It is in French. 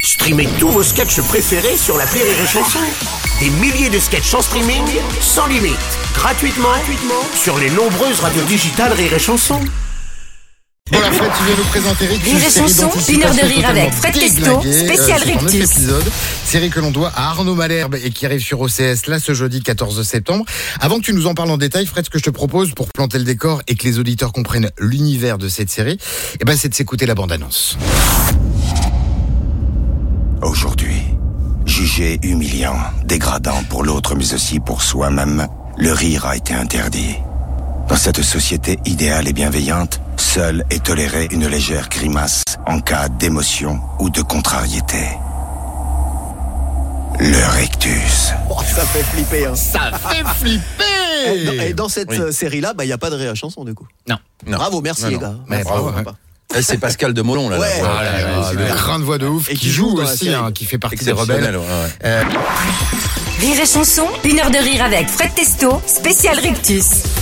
Streamez tous vos sketchs préférés sur la Rire et Chanson. Des milliers de sketchs en streaming, sans limite, gratuitement, gratuitement sur les nombreuses radios digitales Rire et Chanson. Pour la fête, tu viens nous présenter Rictus. Rire et série chanson, d'anticipation une heure de rire totalement avec Fred Testo, déglinguée, spécial sur un autre Rictus. épisode, série que l'on doit à Arnaud Malherbe et qui arrive sur OCS là ce jeudi 14 septembre. Avant que tu nous en parles en détail, Fred, ce que je te propose pour planter le décor et que les auditeurs comprennent l'univers de cette série, eh ben, c'est de s'écouter la bande-annonce. Aujourd'hui, jugé humiliant, dégradant pour l'autre mais aussi pour soi-même, le rire a été interdit. Dans cette société idéale et bienveillante, seule est tolérée une légère grimace en cas d'émotion ou de contrariété. Le rectus. Oh, ça fait flipper. Hein. Ça fait Et, dans, flipper et dans cette euh, série-là, il n'y a pas de ré à chanson du coup. Non. Bravo, merci Non, les non. gars. Mais Ouais, bravo, sympa. Eh, C'est Pascal de Molon, là. Ouais. la voix. Ah là là, Ouais, c'est ouais, bien. Grain de voix de ouf Et qui qui joue joue dans la aussi, série. hein, qui fait partie des Exceptionnel, rebelles. ouais, ouais. Euh, Rire et chanson, une heure de rire avec Fred Testo, spécial Rictus.